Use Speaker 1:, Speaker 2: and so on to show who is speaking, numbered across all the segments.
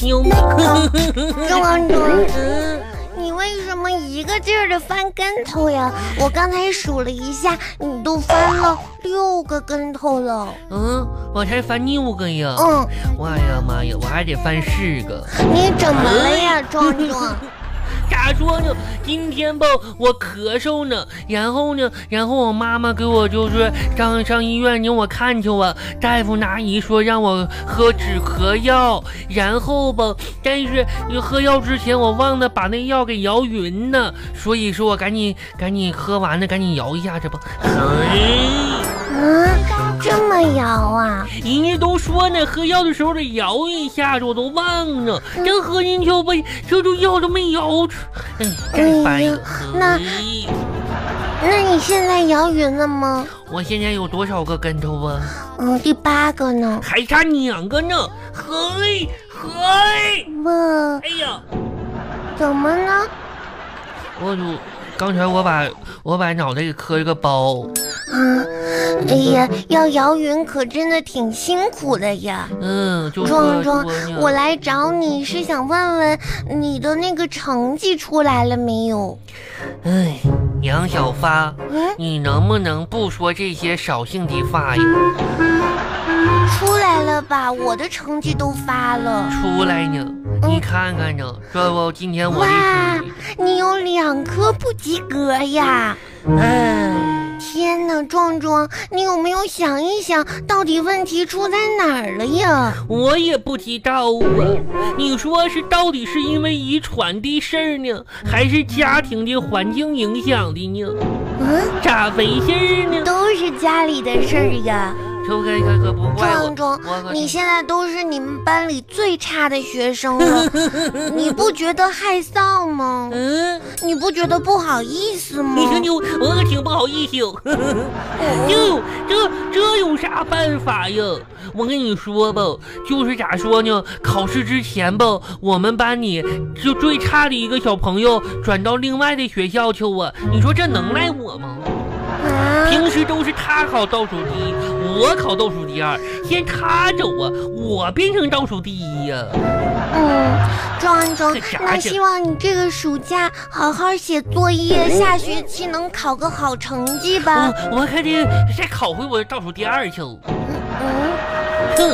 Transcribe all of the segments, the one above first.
Speaker 1: 有
Speaker 2: 那个小王子，
Speaker 1: 嗯，
Speaker 2: 你为什么一个劲儿的翻跟头呀？我刚才数了一下，你都翻了六个跟头了。
Speaker 1: 嗯，我才翻六个呀！
Speaker 2: 嗯，
Speaker 1: 我呀妈呀，我还得翻四个。
Speaker 2: 你怎么了呀，壮 壮？
Speaker 1: 咋说呢？今天吧，我咳嗽呢，然后呢，然后我妈妈给我就是上上医院让我看去啊，大夫那阿姨说让我喝止咳药，然后吧，但是喝药之前我忘了把那药给摇匀呢，所以说我赶紧赶紧喝完了，赶紧摇一下这不，哎，
Speaker 2: 啊，这么摇啊？
Speaker 1: 人家都说呢，喝药的时候得摇一下子，我都忘了，真喝进去吧，这就药都没摇出，哎，真烦人。
Speaker 2: 那
Speaker 1: 哎
Speaker 2: 那你现在摇匀了吗？
Speaker 1: 我现在有多少个跟头啊？
Speaker 2: 嗯，第八个呢？
Speaker 1: 还差两个呢！嘿，嘿，
Speaker 2: 不，
Speaker 1: 哎呀，
Speaker 2: 怎么呢？
Speaker 1: 我就刚才我把我把脑袋给磕了个包，
Speaker 2: 啊，哎呀，要摇匀可真的挺辛苦的呀。
Speaker 1: 嗯，就
Speaker 2: 壮
Speaker 1: 说
Speaker 2: 壮
Speaker 1: 说，呢
Speaker 2: 我来找
Speaker 1: 嗯
Speaker 2: 你是想问问你的那个成绩出来了没有？
Speaker 1: 哎，杨小发，
Speaker 2: 嗯，
Speaker 1: 你能不能不说这些扫兴的话呀？
Speaker 2: 出来了吧？我的成绩都发了。
Speaker 1: 出来呢，你看看呢，这不今天我
Speaker 2: 嗯哇
Speaker 1: 这，
Speaker 2: 你有两科不及格呀！
Speaker 1: 成绩，哎，
Speaker 2: 天哪，壮壮，你有没有想一想，到底问题出在哪儿了呀？
Speaker 1: 我也不知道啊。你说是到底是因为遗传的事儿呢，还是家庭的环境影响的呢？
Speaker 2: 嗯，
Speaker 1: 咋回事儿呢？
Speaker 2: 都是家里的事儿呀。
Speaker 1: 这可可可不怪我，
Speaker 2: 壮壮
Speaker 1: 我可，
Speaker 2: 你现在都是你们班里最差的学生了， 你不觉得害臊吗？
Speaker 1: 嗯，
Speaker 2: 你不觉得不好意思吗？
Speaker 1: 你说你我可挺不好意思哟，
Speaker 2: 嗯
Speaker 1: 这这这有啥办法呀？我跟你说吧，就是咋说呢，考试之前吧，我们班里就最差的一个小朋友转到另外的学校去啊，你说这能赖我吗？
Speaker 2: 啊，
Speaker 1: 平时都是他考倒数第一，我考倒数第二，现在他走啊，我变成倒数第一呀、
Speaker 2: 嗯，壮壮
Speaker 1: 这，啥
Speaker 2: 那
Speaker 1: 这
Speaker 2: 希望你这个暑假好好写作业，下学期能考个好成绩吧。
Speaker 1: 我我还得再考回我倒数第二去。
Speaker 2: 嗯，
Speaker 1: 哼，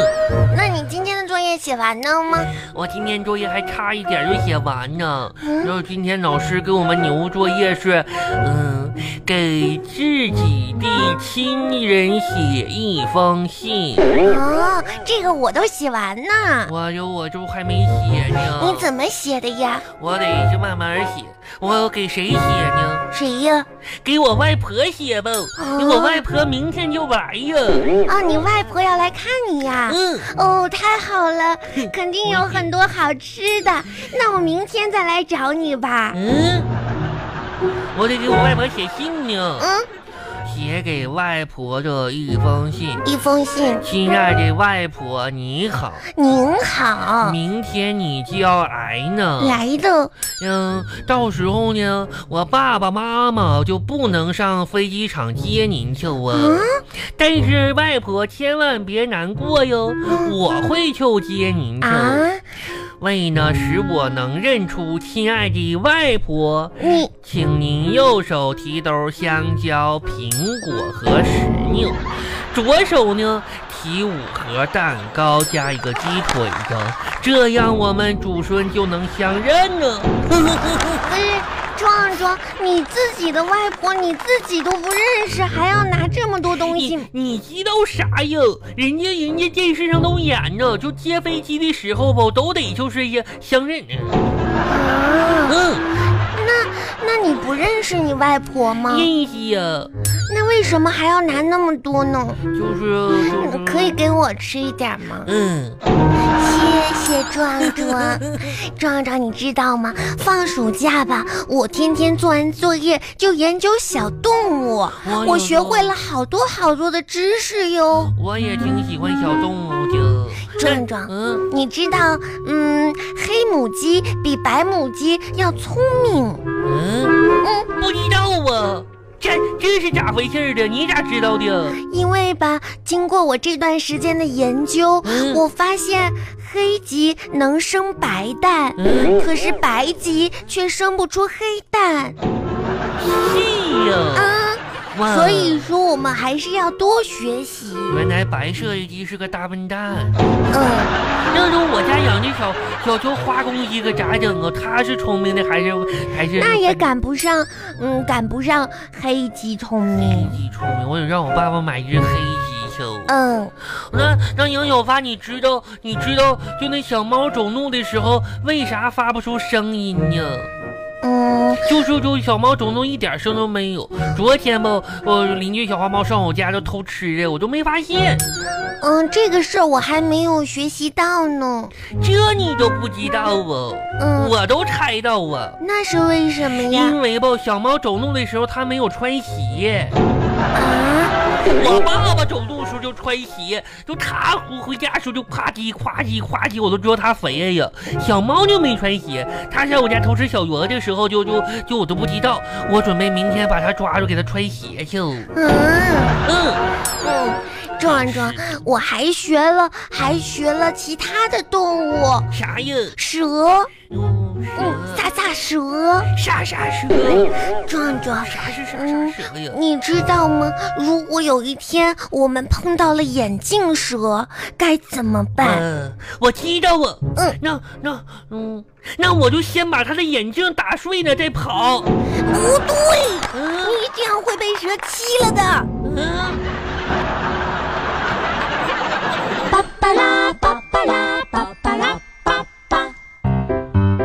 Speaker 2: 那你今天的作业写完了吗？
Speaker 1: 我今天作业还差一点就写完呢。
Speaker 2: 嗯
Speaker 1: 然后今天老师给我们牛作业是，嗯，给自己的亲人写一封信。
Speaker 2: 哦，这个我都写完呢。
Speaker 1: 我有我就还没写呢，
Speaker 2: 你怎么写的呀？
Speaker 1: 我得是慢慢写。我给谁写呢？
Speaker 2: 谁呀？
Speaker 1: 给我外婆写吧，
Speaker 2: 哦
Speaker 1: 我外婆明天就来呀。
Speaker 2: 哦，你外婆要来看你呀？
Speaker 1: 嗯，
Speaker 2: 哦，太好了，肯定有很多好吃的。那我明天再来找你吧。
Speaker 1: 嗯，我得给我外婆写信呢。
Speaker 2: 嗯，
Speaker 1: 写给外婆的一封信。
Speaker 2: 一封信。
Speaker 1: 亲爱的外婆，你好，
Speaker 2: 您好，
Speaker 1: 明天你就要来呢。
Speaker 2: 啊来的
Speaker 1: 嗯，到时候呢，我爸爸妈妈就不能上飞机场接您去啊。但是外婆千万别难过哟，我会去接您去。
Speaker 2: 嗯啊，
Speaker 1: 为呢使我能认出亲爱的外婆，
Speaker 2: 你
Speaker 1: 请您右手提兜香蕉、苹果和石榴，左手呢提五盒蛋糕加一个鸡腿的，这样我们祖孙就能相认呢。
Speaker 2: 不是壮壮，你自己的外婆你自己都不认识，还要拿这么多东西
Speaker 1: 你？你知道啥呀？人家人家电视上都演着，就接飞机的时候吧，都得就是相相认。
Speaker 2: 啊，
Speaker 1: 嗯，
Speaker 2: 那那你不认识你外婆吗？
Speaker 1: 认识呀，
Speaker 2: 那为什么还要拿那么多呢？
Speaker 1: 就是就是
Speaker 2: 嗯可以给我吃一点吗？
Speaker 1: 嗯。
Speaker 2: 谢谢壮壮，壮壮，你知道吗？放暑假吧，我天天做完作业就研究小动物，
Speaker 1: 我
Speaker 2: 我
Speaker 1: 有
Speaker 2: 学
Speaker 1: 时候
Speaker 2: 会了好多好多的知识哟。
Speaker 1: 我也挺喜欢小动物的。
Speaker 2: 壮壮
Speaker 1: 嗯，
Speaker 2: 你知道，嗯，黑母鸡比白母鸡要聪明。
Speaker 1: 哦嗯嗯，不知道啊。这这是咋回事儿的？啊你咋知道的？
Speaker 2: 因为吧，经过我这段时间的研究，
Speaker 1: 嗯
Speaker 2: 我发现黑吉能生白蛋，
Speaker 1: 嗯
Speaker 2: 可是白吉却生不出黑蛋
Speaker 1: 嗯是呀、
Speaker 2: 啊。
Speaker 1: 哇
Speaker 2: 所以说，我们还是要多学习。
Speaker 1: 原来白射鸡是个大笨蛋。
Speaker 2: 嗯，
Speaker 1: 那时候我家养的小小球花公鸡可咋整啊？它是聪明的还是还是
Speaker 2: 那也
Speaker 1: 笨
Speaker 2: 赶不上，嗯，赶不上黑吉聪
Speaker 1: 黑
Speaker 2: 明。
Speaker 1: 鸡聪明？我得让我爸爸买一只黑鸡去。
Speaker 2: 嗯，
Speaker 1: 那那杨小发，你知道你知道就那小猫走路的时候为啥发不出声音呢？
Speaker 2: 嗯，
Speaker 1: 就是就小猫走路一点声都没有。昨天吧，我邻居小花猫上我家就偷吃的，我都没发现。
Speaker 2: 嗯，这个事儿我还没有学习到呢。
Speaker 1: 这你都不知道啊？
Speaker 2: 嗯，
Speaker 1: 我都猜到啊。
Speaker 2: 那是为什么哎呀？
Speaker 1: 因为吧，小猫走路的时候它没有穿鞋，
Speaker 2: 啊，
Speaker 1: 我爸爸走路的时候就穿鞋，就它回家的时候就夸叽夸叽夸叽，我都知道它肥呀。小猫就没穿鞋，它在我家偷吃小鱼儿的时候就就就我都不知道，我准备明天把它抓住给它穿鞋去。
Speaker 2: 嗯
Speaker 1: 嗯，
Speaker 2: 嗯，壮壮，我还学了，还学了其他的动物，
Speaker 1: 啥呀？
Speaker 2: 蛇，
Speaker 1: 哦，
Speaker 2: 嗯，
Speaker 1: 蛇，
Speaker 2: 萨萨蛇。
Speaker 1: 啥啥蛇？
Speaker 2: 壮壮，
Speaker 1: 啥是啥啥
Speaker 2: 嗯
Speaker 1: 蛇呀？
Speaker 2: 你知道吗？如果有一天我们碰到了眼镜蛇，该怎么办？
Speaker 1: 嗯，我知道啊。
Speaker 2: 嗯，
Speaker 1: 那那嗯，那我就先把他的眼镜打碎了再跑。
Speaker 2: 不对，
Speaker 1: 嗯
Speaker 2: 你这样会被蛇踢了的。
Speaker 1: 嗯，
Speaker 2: 巴巴拉巴巴拉巴巴拉巴巴，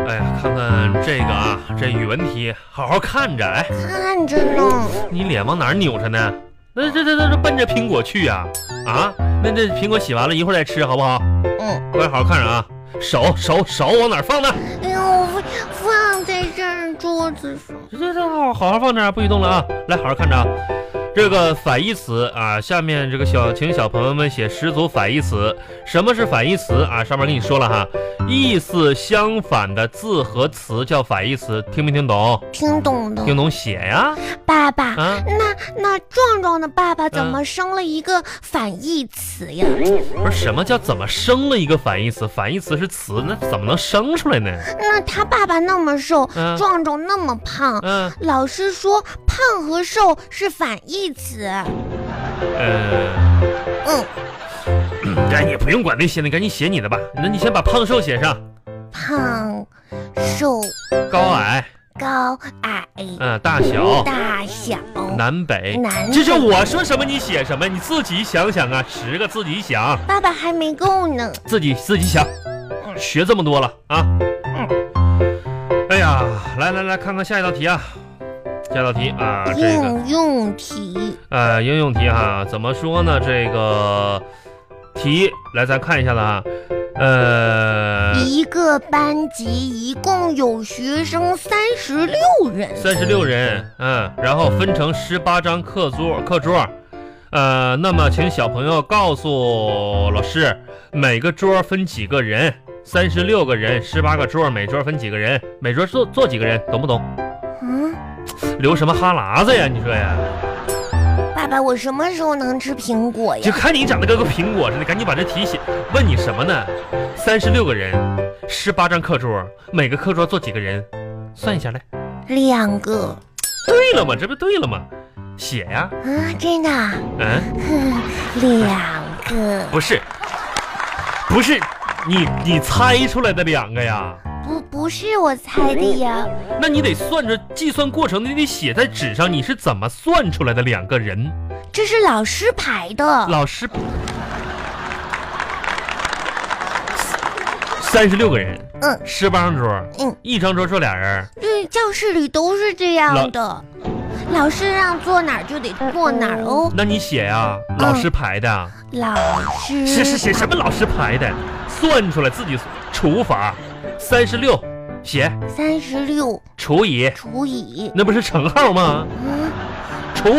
Speaker 3: 哎呀，看看这个啊，这语文题，好好看着。哎，
Speaker 2: 看着呢。
Speaker 3: 你脸往哪儿扭着呢？那这这这这奔着苹果去呀、啊？那这苹果洗完了，一会儿再吃，好不好？
Speaker 2: 嗯，
Speaker 3: 过来好好看着啊。手手手往哪儿放呢？
Speaker 2: 哎呦，放在这儿桌子上。
Speaker 3: 这这这好好好放这儿啊，不许动了啊！来，好好看着啊。这个反义词啊，下面这个小请小朋友们写十组反义词。什么是反义词啊？上面跟你说了哈，意思相反的字和词叫反义词，听没听懂？
Speaker 2: 听懂的，
Speaker 3: 听懂写呀
Speaker 2: 爸爸。
Speaker 3: 啊！
Speaker 2: 那那壮壮的爸爸怎
Speaker 3: 嗯
Speaker 2: 么生了一个反义词呀？
Speaker 3: 不是什么叫怎么生了一个反义词？反义词是词，那怎么能生出来呢？
Speaker 2: 那他爸爸那么瘦，
Speaker 3: 嗯
Speaker 2: 壮壮那么胖，
Speaker 3: 嗯
Speaker 2: 老师说胖和瘦是反义词。
Speaker 3: 呃，
Speaker 2: 嗯，
Speaker 3: 哎，你不用管那些，你赶紧写你的吧。那你先把胖瘦写上，
Speaker 2: 胖、瘦、
Speaker 3: 高矮，
Speaker 2: 高、矮、
Speaker 3: 嗯、大小，
Speaker 2: 大小、
Speaker 3: 南北。
Speaker 2: 男
Speaker 3: 这是
Speaker 2: 的。
Speaker 3: 我说什么你写什么，你自己想想啊，十个自己想，
Speaker 2: 爸爸还没够呢。
Speaker 3: 自己自己想。学这么多了啊，嗯。哎呀，来来来看看下一道题啊，下一道题啊，这个。
Speaker 2: 应用题，
Speaker 3: 呃，应用题哈，怎么说呢？这个题来，咱看一下子啊，呃，
Speaker 2: 一个班级一共有学生三十六人。
Speaker 3: 三十六人，嗯，然后分成十八张课桌，课桌，呃，那么请小朋友告诉老师，每个桌分几个人？三十六个人，十八个桌，每桌分几个人？每桌坐坐几个人？懂不懂？
Speaker 2: 嗯，
Speaker 3: 留什么哈喇子呀？你说呀？
Speaker 2: 爸爸，我什么时候能吃苹果
Speaker 3: 就
Speaker 2: 呀？
Speaker 3: 看你长得跟个苹果似的，赶紧把这题写。问你什么呢？三十六个人，十八张课桌，每个课桌坐几个人？算一下来。
Speaker 2: 两个
Speaker 3: 对了嘛，这不对了吗？写呀，
Speaker 2: 啊，真的啊，
Speaker 3: 嗯，
Speaker 2: 哼两个。
Speaker 3: 不是，不是，你你猜出来的两个呀？
Speaker 2: 不，不是我猜的呀。
Speaker 3: 那你得算着计算过程，你得写在纸上，你是怎么算出来的两个人？
Speaker 2: 这是老师排的。
Speaker 3: 老师，三十六个人，
Speaker 2: 嗯
Speaker 3: 十八张桌，
Speaker 2: 嗯，
Speaker 3: 一张桌坐俩人。
Speaker 2: 这教室里都是这样的，老师让坐哪儿就得
Speaker 3: 嗯
Speaker 2: 坐哪儿哦。
Speaker 3: 那你写呀、
Speaker 2: 嗯
Speaker 3: 老师排的啊，
Speaker 2: 老师
Speaker 3: 是是写什么老师排的？算出来自己除法，三十六，写
Speaker 2: 三十六
Speaker 3: 除以，
Speaker 2: 除以，
Speaker 3: 那不是乘号吗？
Speaker 2: 嗯，
Speaker 3: 除，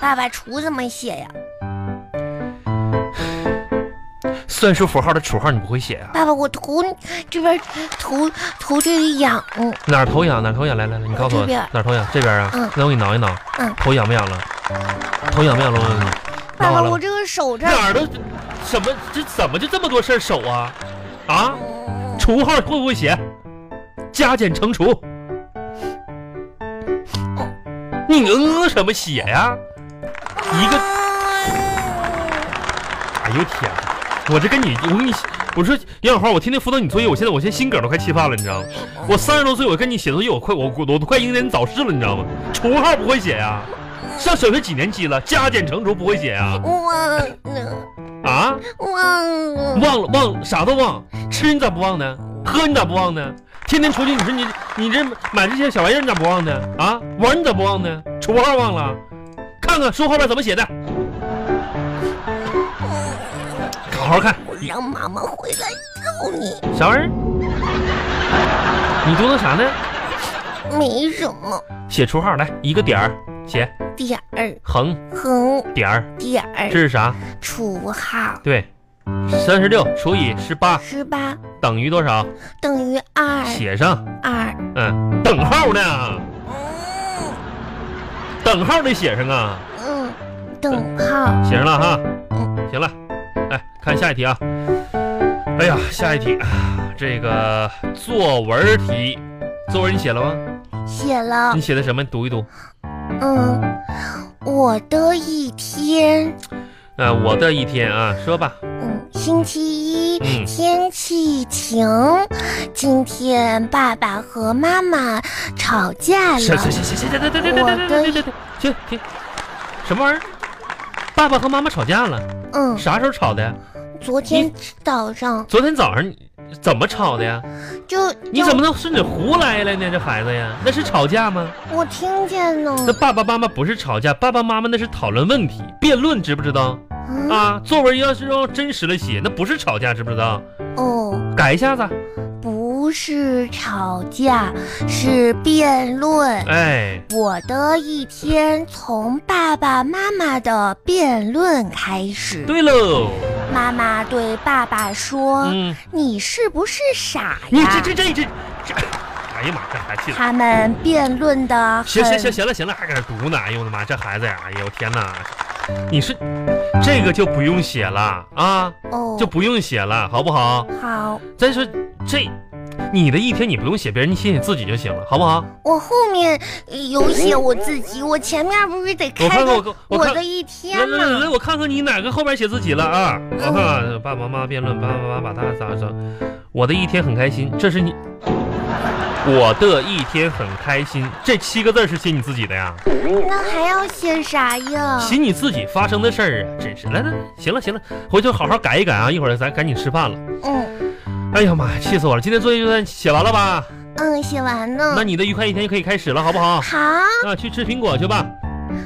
Speaker 2: 爸爸除怎么写呀？
Speaker 3: 算术符号的楚号你不会写啊？
Speaker 2: 爸爸，我头这边头头这里痒，嗯，
Speaker 3: 哪儿头痒哪儿头痒？来来来，你告诉我
Speaker 2: 这边儿
Speaker 3: 哪儿头痒？这边啊？
Speaker 2: 嗯
Speaker 3: 那我给你挠一挠。
Speaker 2: 嗯
Speaker 3: 头痒不痒了？头痒不痒了？我问你。
Speaker 2: 爸爸，
Speaker 3: 挠完了
Speaker 2: 我
Speaker 3: 吗？
Speaker 2: 这个手这儿，
Speaker 3: 哪儿都什么？这怎么就这么多事儿手啊？啊？
Speaker 2: 嗯
Speaker 3: 除号会不会写？加减乘除。你呃什么写呀、一个，哎呦天啊！我这跟你，我跟你，我说杨小花，我天天辅导你作业，我现在我现在心梗都快气犯了，你知道吗？我三十多岁，我跟你写作业，我快我我我都快英年早逝了，你知道吗？除号不会写呀、上小学几年级了？加减乘除不会写呀、
Speaker 2: 嗯忘
Speaker 3: 啊？
Speaker 2: 忘了，
Speaker 3: 忘了忘了啥都忘，吃你咋不忘呢？喝你咋不忘呢？天天出去，你说你你这买这些小玩意儿你咋不忘呢？啊，玩你咋不忘呢？除号忘了，看看书后边怎么写的，好好看。
Speaker 2: 我让妈妈回来揍你，
Speaker 3: 啥玩意儿？你嘟囔啥呢？
Speaker 2: 没什么
Speaker 3: 写除号来，一个点儿，写
Speaker 2: 点儿
Speaker 3: 横
Speaker 2: 横
Speaker 3: 点儿，
Speaker 2: 点
Speaker 3: 这
Speaker 2: 儿
Speaker 3: 是啥？
Speaker 2: 除号
Speaker 3: 对，三十六除以十八
Speaker 2: 十八
Speaker 3: 等于多少？
Speaker 2: 等于二
Speaker 3: 写上，
Speaker 2: 二，
Speaker 3: 嗯，等号呢？
Speaker 2: 嗯
Speaker 3: 等号得写上啊。
Speaker 2: 嗯，等号，
Speaker 3: 写上了哈，行了，哎，看下一题啊。哎呀，下一题，这个作文题，作文你写了吗？
Speaker 2: 写了
Speaker 3: 你，写的什么？你读一读。
Speaker 2: 嗯，我的一天。
Speaker 3: 呃，我的一天啊，说吧。
Speaker 2: 嗯，星期一、
Speaker 3: 嗯
Speaker 2: 天气晴。今天爸爸和妈妈吵架
Speaker 3: 行行
Speaker 2: 了。
Speaker 3: 行行行行行行行行行行行，停停，什么玩意儿？爸爸和妈妈吵架了，
Speaker 2: 嗯，
Speaker 3: 啥时候吵的呀？
Speaker 2: 昨天早上
Speaker 3: 昨天早上你怎么吵的呀？
Speaker 2: 就
Speaker 3: 你
Speaker 2: 就
Speaker 3: 怎么能顺着胡来了呢？这孩子呀，那是吵架吗？
Speaker 2: 我听见呢？
Speaker 3: 那爸爸妈妈不是吵架，爸爸妈妈那是讨论问题、辩论，知不知道？
Speaker 2: 嗯、
Speaker 3: 啊，作文要是用真实了写，那不是吵架，知不知道？
Speaker 2: 哦，
Speaker 3: 改一下子，
Speaker 2: 不是吵架，是辩论。
Speaker 3: 哎，
Speaker 2: 我的一天从爸爸妈妈的辩论开始。
Speaker 3: 对
Speaker 2: 哦
Speaker 3: 喽，
Speaker 2: 妈妈对爸爸说：“
Speaker 3: 嗯，
Speaker 2: 你是不是傻呀？”
Speaker 3: 你这这这这这，哎呀妈，这孩子，
Speaker 2: 他们辩论的
Speaker 3: 行行行，行了行了，还搁这读呢，哎呦我的妈，这孩子呀，哎呦天哪，你是这个就不用写了啊，
Speaker 2: 哦，
Speaker 3: 就不用写了，好不好？
Speaker 2: 好。
Speaker 3: 再说这，你的一天你不用写别人，你写写自己就行了，好不好？
Speaker 2: 我后面有写我自己，我前面不是得开
Speaker 3: 我看看
Speaker 2: 个
Speaker 3: 我我看
Speaker 2: 的一天
Speaker 3: 来来来来，
Speaker 2: 吗？
Speaker 3: 我看看你哪个后边写自己了啊！我看爸爸妈妈辩论，爸爸妈妈把他咋整？我的一天很开心，这是你，我的一天很开心，这七个字是写你自己的呀，
Speaker 2: 那还要写啥呀？
Speaker 3: 写你自己发生的事儿啊，真是。来来，来行了行了，回去好好改一改啊，一会儿咱赶紧吃饭了。
Speaker 2: 嗯
Speaker 3: 哎呀妈呀，气死我了！今天作业就算写完了吧？
Speaker 2: 嗯，写完呢
Speaker 3: 那。你的愉快一天就可以开始了，好不好？
Speaker 2: 好，
Speaker 3: 啊，去吃苹果去吧。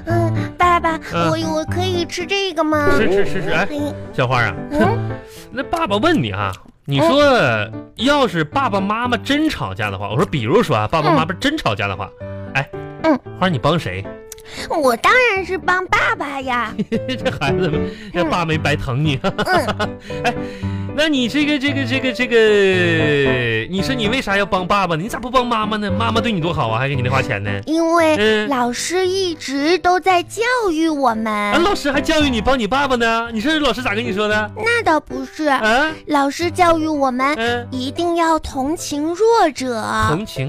Speaker 2: 嗯，爸爸，
Speaker 3: 嗯
Speaker 2: 我我可以吃这个吗？
Speaker 3: 吃吃吃吃，哎，
Speaker 2: 嗯
Speaker 3: 小花啊，
Speaker 2: 嗯，
Speaker 3: 那爸爸问你啊，你说要是爸爸妈妈真吵架的话，我说比如说啊，爸爸妈妈真吵架的话，哎，
Speaker 2: 嗯，
Speaker 3: 花儿你帮谁？
Speaker 2: 我当然是帮爸爸 呀。
Speaker 3: 这孩子，这爸没白疼你。啊
Speaker 2: 嗯，
Speaker 3: 那你这个这个这个这个，你说你为啥要帮爸爸呢？你咋不帮妈妈呢？妈妈对你多好啊，还给你零花钱呢。
Speaker 2: 因为
Speaker 3: 嗯
Speaker 2: 老师一直都在教育我
Speaker 3: 啊，
Speaker 2: 们。
Speaker 3: 老师还教育你帮你爸爸呢，你这老师咋跟你说的？
Speaker 2: 那倒不是，
Speaker 3: 啊，
Speaker 2: 老师教育我们
Speaker 3: 嗯、
Speaker 2: 一定要同情弱者。
Speaker 3: 同情。